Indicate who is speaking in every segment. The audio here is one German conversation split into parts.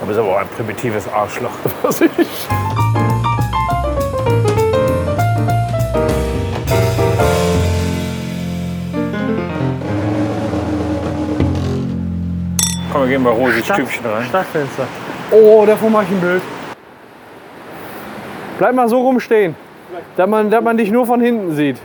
Speaker 1: Du bist aber auch ein primitives Arschloch. Was ich. Komm, wir gehen bei Rosi Stübchen rein.
Speaker 2: Stadtfenster. Oh, davon mache ich ein Bild. Bleib mal so rumstehen, dass man, dass man dich nur von hinten sieht.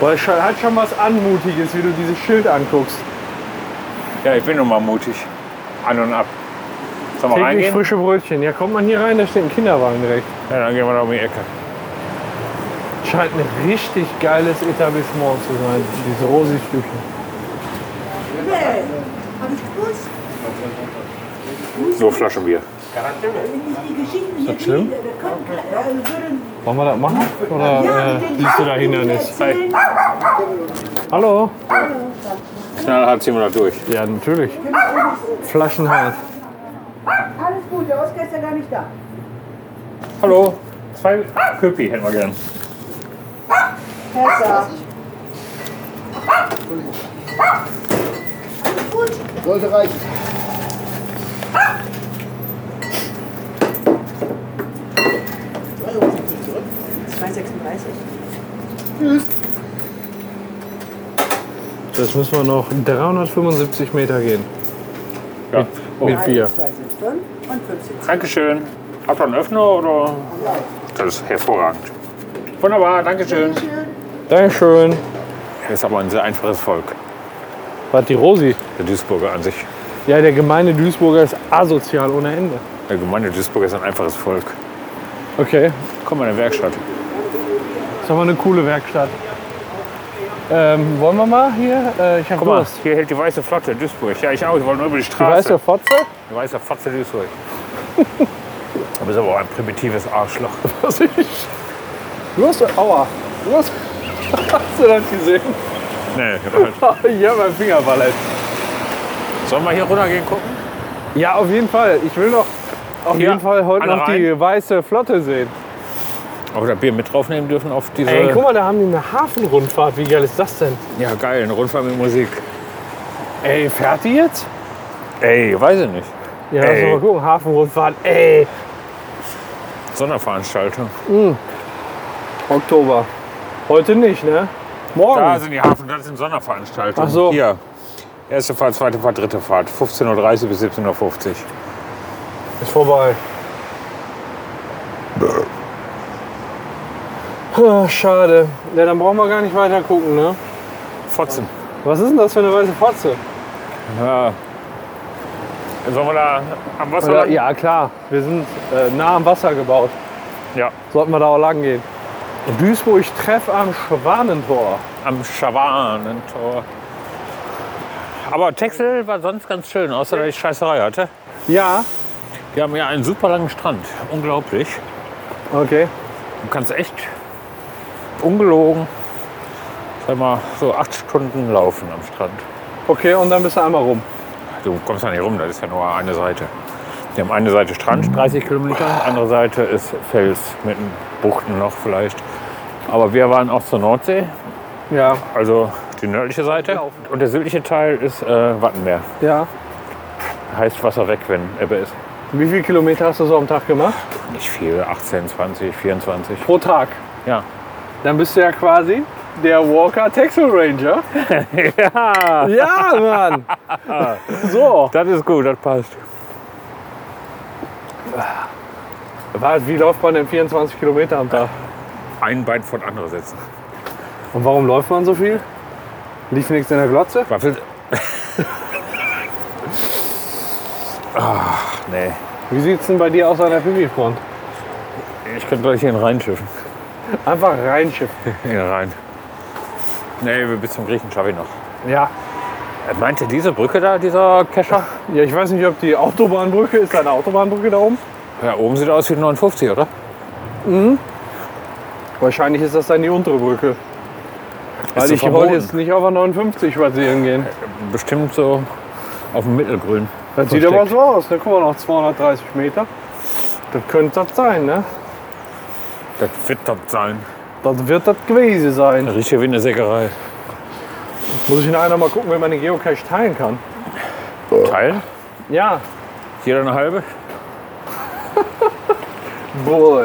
Speaker 2: Boah, das scha- hat schon was Anmutiges, wie du dieses Schild anguckst.
Speaker 1: Ja, ich bin nun mal mutig. An und ab. Sollen wir
Speaker 2: Täglich
Speaker 1: reingehen?
Speaker 2: frische Brötchen. Ja, kommt man hier rein, da steht ein Kinderwagen direkt.
Speaker 1: Ja, dann gehen wir da um die Ecke.
Speaker 2: Scheint ein richtig geiles Etablissement zu sein, diese Rosi-Stückchen.
Speaker 3: Hab ich gewusst,
Speaker 1: So, Flaschen Bier.
Speaker 3: wenn ich die Geschichten hier
Speaker 2: schlimm?
Speaker 3: sehe, da kommt keiner. Also würden-
Speaker 2: Wollen wir das machen? Oder
Speaker 3: Ja,
Speaker 2: äh,
Speaker 3: mit den
Speaker 2: siehst du da
Speaker 3: Leuten, die
Speaker 2: Hindernis?
Speaker 3: erzählen,
Speaker 2: Hallo?
Speaker 1: Knallhart ziehen wir da durch.
Speaker 2: Ja, natürlich. Flaschenhals.
Speaker 3: Alles gut, der Oskar ist ja gar nicht da.
Speaker 1: Hallo. Zwei Köpi hätten wir gern.
Speaker 3: Besser.
Speaker 4: Sollte reichen.
Speaker 2: Das müssen wir noch 375 Meter gehen.
Speaker 1: Ja. Oh.
Speaker 2: Mit Bier.
Speaker 1: Dankeschön. Habt ihr einen Öffner oder? Das ist hervorragend. Wunderbar, Dankeschön.
Speaker 2: Dankeschön.
Speaker 1: Das ist aber ein sehr einfaches Volk,
Speaker 2: Was die Rosi?
Speaker 1: der Duisburger an sich.
Speaker 2: Ja, der gemeine Duisburger ist asozial ohne Ende.
Speaker 1: Der Gemeinde Duisburg ist ein einfaches Volk.
Speaker 2: Okay.
Speaker 1: Komm mal in die Werkstatt.
Speaker 2: Das ist aber eine coole Werkstatt. Ähm, wollen wir mal hier? Äh, ich hab
Speaker 1: Guck mal,
Speaker 2: Durst.
Speaker 1: hier hält die weiße Flotte Duisburg. Ja, ich auch. Ich wollte nur über die
Speaker 2: Die weiße
Speaker 1: Straße.
Speaker 2: Fotze?
Speaker 1: Die weiße Fotze Duisburg. Du bist aber auch ein primitives Arschloch. Was ich?
Speaker 2: Du hast, aua. Du hast, hast du das gesehen?
Speaker 1: Nee. halt-
Speaker 2: ja, mein Fingerball. Ey.
Speaker 1: Sollen wir hier runtergehen gucken?
Speaker 2: Ja, auf jeden Fall. Ich will noch auf
Speaker 1: Hier,
Speaker 2: jeden Fall heute
Speaker 1: alle
Speaker 2: noch die weiße Flotte sehen.
Speaker 1: Ob wir das Bier mit draufnehmen dürfen auf diese.
Speaker 2: Ey, guck mal, da haben die eine Hafenrundfahrt. Wie geil ist das denn?
Speaker 1: Ja, geil. Ein Rundfahrt mit Musik.
Speaker 2: Ey, fährt die jetzt?
Speaker 1: Ey, weiß ich nicht.
Speaker 2: Ja, lass
Speaker 1: Ey.
Speaker 2: doch mal gucken. Hafenrundfahrt. Ey,
Speaker 1: Sonderveranstaltung.
Speaker 2: Oktober. Heute nicht, ne? Morgen.
Speaker 1: Da sind die Hafen, das sind Sonderveranstaltungen.
Speaker 2: Ach so.
Speaker 1: Hier. Erste Fahrt, zweite Fahrt, dritte Fahrt. 15.30 Uhr bis 17.50 Uhr.
Speaker 2: Ist vorbei. Ah, Schade. Ja, dann brauchen wir gar nicht weiter gucken, ne?
Speaker 1: Fotzen.
Speaker 2: Was ist denn das für eine weiße Fotze?
Speaker 1: Ja. Sollen wir da am Wasser?
Speaker 2: Oder,
Speaker 1: lang?
Speaker 2: ja, klar. Wir sind äh, nah am Wasser gebaut.
Speaker 1: ja.
Speaker 2: Sollten wir da auch lang gehen. Duisburg Treff am Schwanentor.
Speaker 1: Am Schawanentor. Aber Texel war sonst ganz schön, außer dass ich Scheißerei hatte.
Speaker 2: Ja.
Speaker 1: Die haben ja einen super langen Strand. Unglaublich.
Speaker 2: Okay.
Speaker 1: Du kannst echt ungelogen, sag mal, so acht Stunden laufen am Strand.
Speaker 2: Okay, und dann bist du einmal rum.
Speaker 1: Du kommst da nicht rum, das ist ja nur eine Seite. Die haben eine Seite Strand, 30 Kilometer, andere Seite ist Fels mit einem Buchtenloch vielleicht. Aber wir waren auch zur Nordsee,
Speaker 2: Ja.
Speaker 1: also die nördliche Seite. Und der südliche Teil ist äh, Wattenmeer.
Speaker 2: Ja.
Speaker 1: Heißt Wasser weg, wenn Ebbe ist.
Speaker 2: Wie viele Kilometer hast du so am Tag gemacht?
Speaker 1: Nicht viel, 18, 20, 24.
Speaker 2: Pro Tag.
Speaker 1: Ja.
Speaker 2: Dann bist du ja quasi der Walker Texel Ranger.
Speaker 1: ja,
Speaker 2: Ja, Mann. so.
Speaker 1: das ist gut, das passt.
Speaker 2: Was, wie läuft man denn 24 Kilometer am Tag?
Speaker 1: Ein Bein von andere setzen.
Speaker 2: Und warum läuft man so viel? Lief nichts in der Glotze?
Speaker 1: Waffel. Ach, Ah, nee.
Speaker 2: Wie sieht's denn bei dir aus an der Pipi-Front?
Speaker 1: Ich könnte gleich hier in den Rhein schiffen.
Speaker 2: Einfach reinschiffen.
Speaker 1: In den Rhein. Nee, bis zum Griechen schaffe ich noch.
Speaker 2: Ja.
Speaker 1: Er meinte diese Brücke da, dieser Kescher?
Speaker 2: Ja, ich weiß nicht, ob die Autobahnbrücke, ist da eine Autobahnbrücke da oben?
Speaker 1: Ja, oben sieht aus wie 59, oder?
Speaker 2: Wahrscheinlich ist das dann die untere Brücke. Weil
Speaker 1: Ist so
Speaker 2: ich wollte
Speaker 1: verboten.
Speaker 2: jetzt nicht auf der 59 spazieren gehen.
Speaker 1: Bestimmt so auf dem Mittelgrün.
Speaker 2: Das sieht aber so aus. Da guck mal, noch 230 Meter. Das könnte das sein, ne?
Speaker 1: Das wird das sein.
Speaker 2: Das wird das gewesen sein.
Speaker 1: Riecht hier wie eine Sägerei.
Speaker 2: Muss ich nachher noch mal gucken, wenn man den Geocache teilen kann.
Speaker 1: Teil?
Speaker 2: Ja,
Speaker 1: Jeder eine halbe?
Speaker 2: Boah.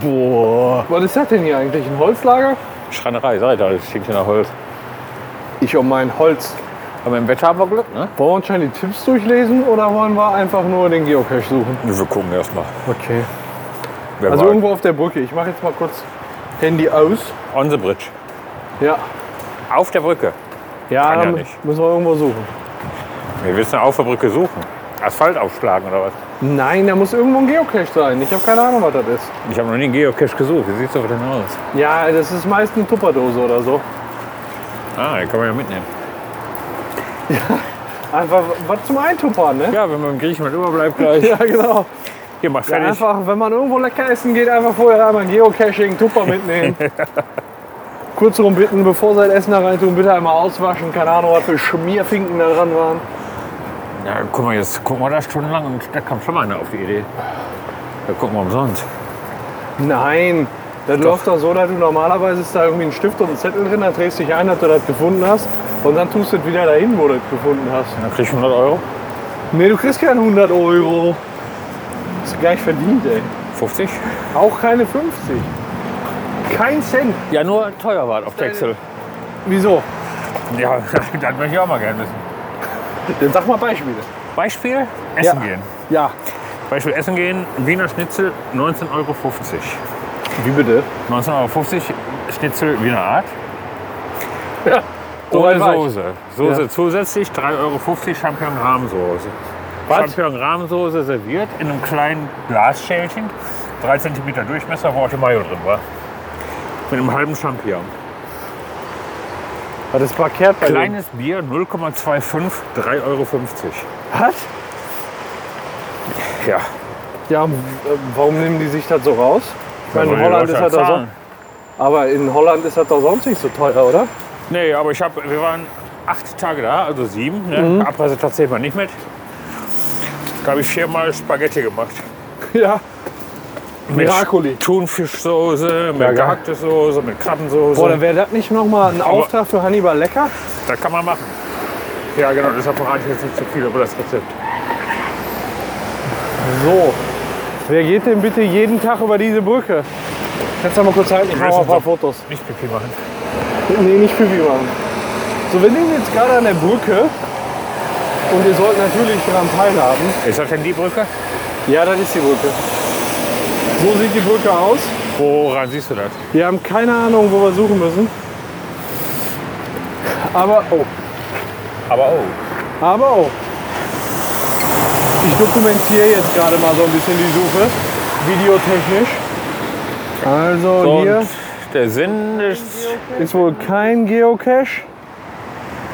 Speaker 1: Boah.
Speaker 2: Was ist das denn hier eigentlich? Ein Holzlager?
Speaker 1: Schreinerei, Seite, alles stinkt hier nach Holz.
Speaker 2: Ich um mein Holz.
Speaker 1: Aber im Wetter haben wir Glück, ne?
Speaker 2: Wollen wir uns schon die Tipps durchlesen oder wollen wir einfach nur den Geocache suchen?
Speaker 1: Wir gucken erstmal.
Speaker 2: Okay.
Speaker 1: Wer
Speaker 2: Also
Speaker 1: war-
Speaker 2: irgendwo auf der Brücke. Ich mache jetzt mal kurz Handy aus.
Speaker 1: On the Bridge.
Speaker 2: Ja.
Speaker 1: Auf der Brücke.
Speaker 2: Ja,
Speaker 1: Kann ja
Speaker 2: dann
Speaker 1: nicht.
Speaker 2: müssen wir irgendwo suchen.
Speaker 1: Wir willst du auf der Brücke suchen? Asphalt aufschlagen oder was?
Speaker 2: Nein, da muss irgendwo ein Geocache sein. Ich habe keine Ahnung, was das ist.
Speaker 1: Ich habe noch nie einen Geocache gesucht. Wie sieht's doch denn aus?
Speaker 2: Ja, das ist meist eine Tupperdose oder so.
Speaker 1: Ah, den kann man ja mitnehmen.
Speaker 2: Einfach was zum Eintuppern, ne?
Speaker 1: Ja, wenn man im Griechen mit überbleibt gleich.
Speaker 2: Ja, genau.
Speaker 1: Hier, mach
Speaker 2: Ja,
Speaker 1: fertig.
Speaker 2: einfach, wenn man irgendwo lecker essen geht, einfach vorher einmal Geocaching, Tupper mitnehmen. Kurz darum bitten, bevor sie das Essen da rein tun, bitte einmal auswaschen. Keine Ahnung, was für Schmierfinken da dran waren.
Speaker 1: Ja, guck mal, jetzt gucken wir da stundenlang und da kam schon mal einer auf die Idee. Da gucken wir umsonst.
Speaker 2: Nein, das läuft doch so, dass du normalerweise ist da irgendwie ein Stift und ein Zettel drin, dann drehst du dich ein, dass du das gefunden hast und dann tust du es wieder dahin, wo du es gefunden hast.
Speaker 1: Dann krieg ich 100 Euro.
Speaker 2: Nee, du kriegst keine 100 Euro. Hast du gleich verdient, ey.
Speaker 1: 50?
Speaker 2: Auch keine 50. Kein Cent.
Speaker 1: Ja, nur teuer war es auf Texel.
Speaker 2: Wieso?
Speaker 1: Ja, das möchte ich auch mal gerne wissen.
Speaker 2: Dann sag mal Beispiele.
Speaker 1: Beispiel? Essen
Speaker 2: Ja.
Speaker 1: gehen.
Speaker 2: Ja.
Speaker 1: Beispiel Essen gehen, Wiener Schnitzel 19,50 Euro.
Speaker 2: Wie bitte?
Speaker 1: 19,50 Euro Schnitzel Wiener Art.
Speaker 2: Ja. So
Speaker 1: Ohne
Speaker 2: weit war ich.
Speaker 1: Soße. Soße
Speaker 2: Oh, Ja.
Speaker 1: zusätzlich 3,50 Euro Champignon-Rahmsoße.
Speaker 2: Was?
Speaker 1: Champignon-Rahmsoße serviert in einem kleinen Glasschälchen, 3 cm Durchmesser, wo auch die Mayo drin war. Mit einem halben Champignon.
Speaker 2: War das verkehrt bei dir?
Speaker 1: Kleines Bier 0,25, 3,50 Euro.
Speaker 2: Was?
Speaker 1: Ja,
Speaker 2: Ja, m- äh, warum nehmen die sich das so raus? Ich meine, in Holland ist das doch so. Aber in Holland ist das doch sonst nicht so teuer, oder?
Speaker 1: Nee, aber ich hab, wir waren acht Tage da, also sieben. Ne?
Speaker 2: Mhm.
Speaker 1: Abreise tatsächlich mal nicht mit. Da habe ich viermal Spaghetti gemacht.
Speaker 2: Ja.
Speaker 1: Mit
Speaker 2: Miracoli.
Speaker 1: Thunfischsoße, mit
Speaker 2: geil.
Speaker 1: gehackte Soße, mit Krabbensoße.
Speaker 2: Boah, dann wäre das nicht nochmal ein Auftrag für Hannibal Lecker?
Speaker 1: Das kann man machen. Ja, genau, deshalb verrate ich jetzt nicht zu viel über das Rezept.
Speaker 2: So. Wer geht denn bitte jeden Tag über diese Brücke? Kannst du mal kurz halten? Ich mache mal ein paar Fotos.
Speaker 1: Nicht Pipi machen.
Speaker 2: Nee, nicht Pipi machen. So, wir liegen jetzt gerade an der Brücke. Und ihr sollt natürlich daran teilhaben.
Speaker 1: Ist das denn die Brücke?
Speaker 2: Ja, das ist die Brücke. So sieht die Brücke aus.
Speaker 1: Woran siehst du das?
Speaker 2: Wir haben keine Ahnung, wo wir suchen müssen. Aber, oh,
Speaker 1: Aber oh.
Speaker 2: aber auch. Ich dokumentiere jetzt gerade mal so ein bisschen die Suche, videotechnisch. Also hier
Speaker 1: Und der Sinn ist.
Speaker 2: ist wohl kein Geocache.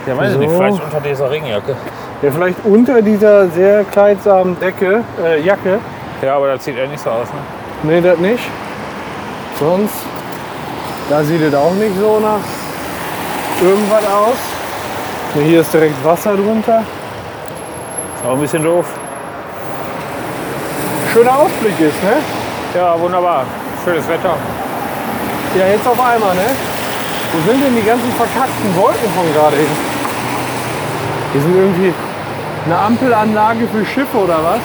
Speaker 1: Ja, weiß ich nicht,
Speaker 2: So.
Speaker 1: vielleicht unter dieser Regenjacke.
Speaker 2: Ja, vielleicht unter dieser sehr kleidsamen Decke, äh, Jacke.
Speaker 1: Ja, aber das sieht eher nicht so aus, ne?
Speaker 2: Nee, das nicht. Sonst, da sieht es auch nicht so nach irgendwas aus. Nee, hier ist direkt Wasser drunter.
Speaker 1: Ist auch ein bisschen doof.
Speaker 2: Schöner Ausblick ist, ne?
Speaker 1: Ja, wunderbar. Schönes Wetter.
Speaker 2: Ja, jetzt auf einmal, ne? Wo sind denn die ganzen verkackten Wolken von gerade hin? Hier sind irgendwie eine Ampelanlage für Schiffe oder was?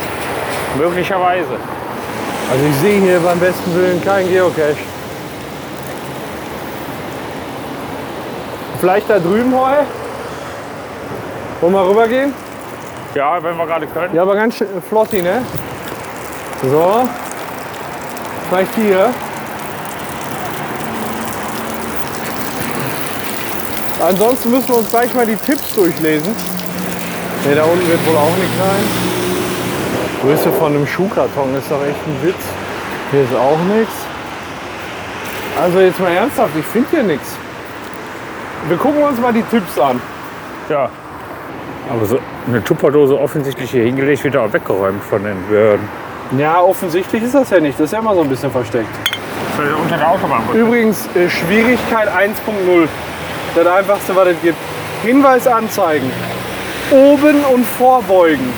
Speaker 1: Möglicherweise.
Speaker 2: Also ich sehe hier beim besten Willen keinen Geocache. Vielleicht da drüben heu? Wollen wir rübergehen?
Speaker 1: Ja, wenn wir gerade können.
Speaker 2: Ja, aber ganz schön flotti, ne? So. Vielleicht hier. Ansonsten müssen wir uns gleich mal die Tipps durchlesen. Ne, da unten wird wohl auch nichts sein. Größe von einem Schuhkarton ist doch echt ein Witz. Hier ist auch nichts. Also jetzt mal ernsthaft, ich finde hier nichts. Wir gucken uns mal die Tipps an.
Speaker 1: Ja. Aber so eine Tupperdose offensichtlich hier hingelegt, wieder weggeräumt von den Behörden.
Speaker 2: Ja, offensichtlich ist das ja nicht. Das ist ja immer so ein bisschen versteckt.
Speaker 1: Vielleicht unter der Autobahnbrücke.
Speaker 2: Übrigens, äh, Schwierigkeit 1.0. Das einfachste, was es gibt. Hinweis anzeigen. Oben und vorbeugen.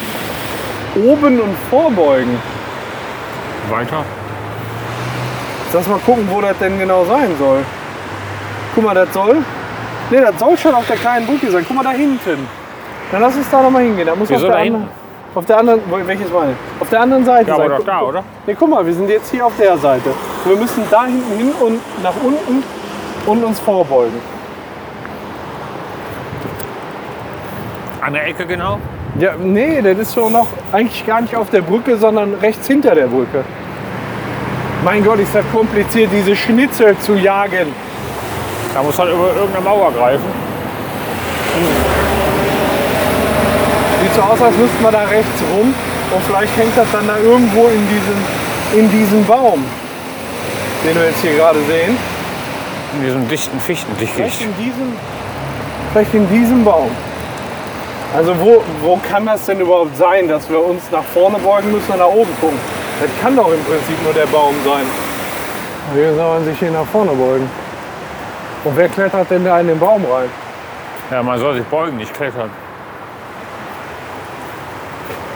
Speaker 2: Oben und vorbeugen.
Speaker 1: Weiter.
Speaker 2: Lass mal gucken, wo das denn genau sein soll. Guck mal, das soll. Ne, das soll schon auf der kleinen Brücke sein. Guck mal da hinten. Dann lass uns da nochmal hingehen. Da muss
Speaker 1: Wieso
Speaker 2: auf
Speaker 1: da
Speaker 2: der anderen.
Speaker 1: hinten?
Speaker 2: Auf der anderen. wo- Welches meine? ich? Auf der anderen Seite.
Speaker 1: Ja, aber
Speaker 2: sein.
Speaker 1: doch
Speaker 2: Guck-
Speaker 1: da, oder?
Speaker 2: Ne, guck mal, wir sind jetzt hier auf der Seite. Und wir müssen da hinten hin und nach unten und uns vorbeugen.
Speaker 1: An der Ecke genau.
Speaker 2: Ja, nee, das ist so noch eigentlich gar nicht auf der Brücke, sondern rechts hinter der Brücke. Mein Gott, ist das kompliziert, diese Schnitzel zu jagen.
Speaker 1: Da muss halt über irgendeine Mauer greifen.
Speaker 2: Sieht so aus, als müssten wir da rechts rum und vielleicht hängt das dann da irgendwo in diesem, in diesem Baum, den wir jetzt hier gerade sehen.
Speaker 1: In diesem dichten Fichtendickicht.
Speaker 2: Vielleicht in diesem, vielleicht in diesem Baum. Also wo, wo kann das denn überhaupt sein, dass wir uns nach vorne beugen müssen und nach oben gucken? Das kann doch im Prinzip nur der Baum sein. Wie soll man sich hier nach vorne beugen? Und wer klettert denn da in den Baum rein?
Speaker 1: Ja, man soll sich beugen, nicht klettern.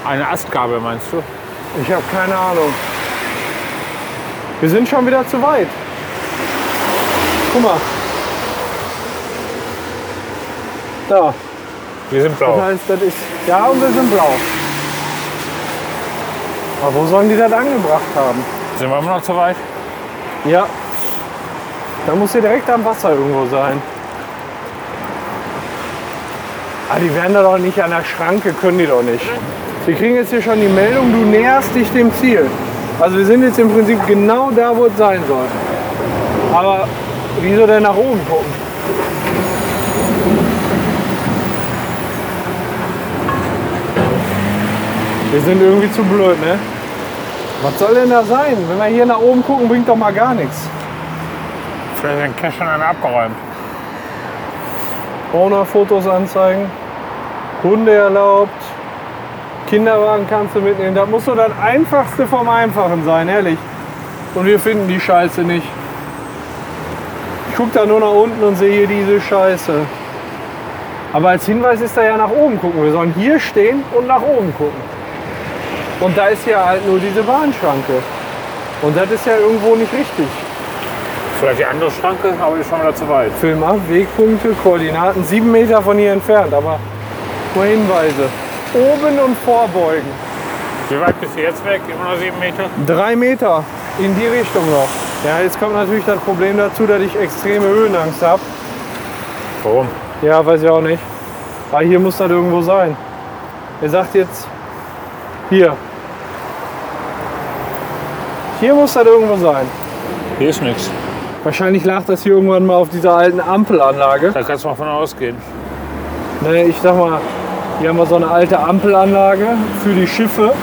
Speaker 1: Eine Astgabel meinst du?
Speaker 2: Ich habe keine Ahnung. Wir sind schon wieder zu weit. Guck mal. Da.
Speaker 1: Wir sind
Speaker 2: Das
Speaker 1: blau.
Speaker 2: heißt, das ist. Ja, und wir sind blau. Aber wo sollen die das angebracht haben?
Speaker 1: Sind wir immer noch zu weit?
Speaker 2: Ja. Da muss hier direkt am Wasser irgendwo sein. Ah, die werden da doch nicht an der Schranke, können die doch nicht. Wir kriegen jetzt hier schon die Meldung, du näherst dich dem Ziel. Also wir sind jetzt im Prinzip genau da, wo es sein soll. Aber wieso denn nach oben gucken? Wir sind irgendwie zu blöd, ne? Was soll denn da sein? Wenn wir hier nach oben gucken, bringt doch mal gar nichts.
Speaker 1: Vielleicht sind Cash schon einer abgeräumt.
Speaker 2: Corona-Fotos anzeigen, Hunde erlaubt, Kinderwagen kannst du mitnehmen. Da muss so das Einfachste vom Einfachen sein, ehrlich. Und wir finden die Scheiße nicht. Ich guck da nur nach unten und sehe hier diese Scheiße. Aber als Hinweis ist da ja nach oben gucken. Wir sollen hier stehen und nach oben gucken. Und da ist ja halt nur diese Bahnschranke. Und das ist ja irgendwo nicht richtig.
Speaker 1: Vielleicht die andere Schranke, aber die ist schon wieder zu weit.
Speaker 2: Film ab, Wegpunkte, Koordinaten, sieben Meter von hier entfernt, aber nur Hinweise. Oben und vorbeugen.
Speaker 1: Wie weit bist du jetzt weg? Immer noch sieben Meter?
Speaker 2: Drei Meter in die Richtung noch. Ja, jetzt kommt natürlich das Problem dazu, dass ich extreme Höhenangst habe.
Speaker 1: Warum?
Speaker 2: Ja, weiß ich auch nicht. Aber hier muss das irgendwo sein. Er sagt jetzt, hier. Hier muss das irgendwo sein.
Speaker 1: Hier ist nichts.
Speaker 2: Wahrscheinlich lag das hier irgendwann mal auf dieser alten Ampelanlage.
Speaker 1: Da kannst du mal von ausgehen.
Speaker 2: Ne, ich sag mal, hier haben wir so eine alte Ampelanlage für die Schiffe.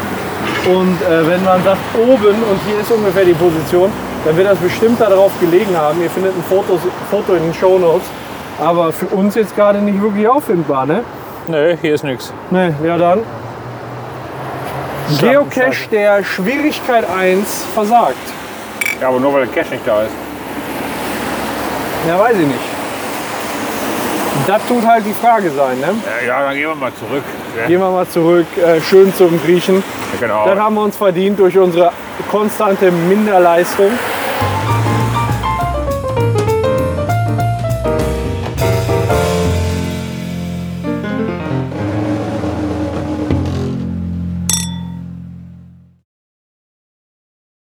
Speaker 2: Und äh, wenn man sagt oben und hier ist ungefähr die Position, dann wird das bestimmt darauf gelegen haben. Ihr findet ein Fotos, Foto in den Shownotes. Aber für uns jetzt gerade nicht wirklich auffindbar, ne?
Speaker 1: Nee, hier ist nichts.
Speaker 2: Ne, ja dann. Geocache
Speaker 1: Schlappenscheiße.
Speaker 2: der Schwierigkeit 1 versagt.
Speaker 1: Ja, aber nur weil der Cash nicht da ist.
Speaker 2: Ja, weiß ich nicht. Das tut halt die Frage sein, ne?
Speaker 1: Ja, ja dann gehen wir mal zurück. Ja,
Speaker 2: Gehen wir mal zurück, äh, schön zum Griechen.
Speaker 1: genau.
Speaker 2: Das haben wir uns verdient durch unsere konstante Minderleistung.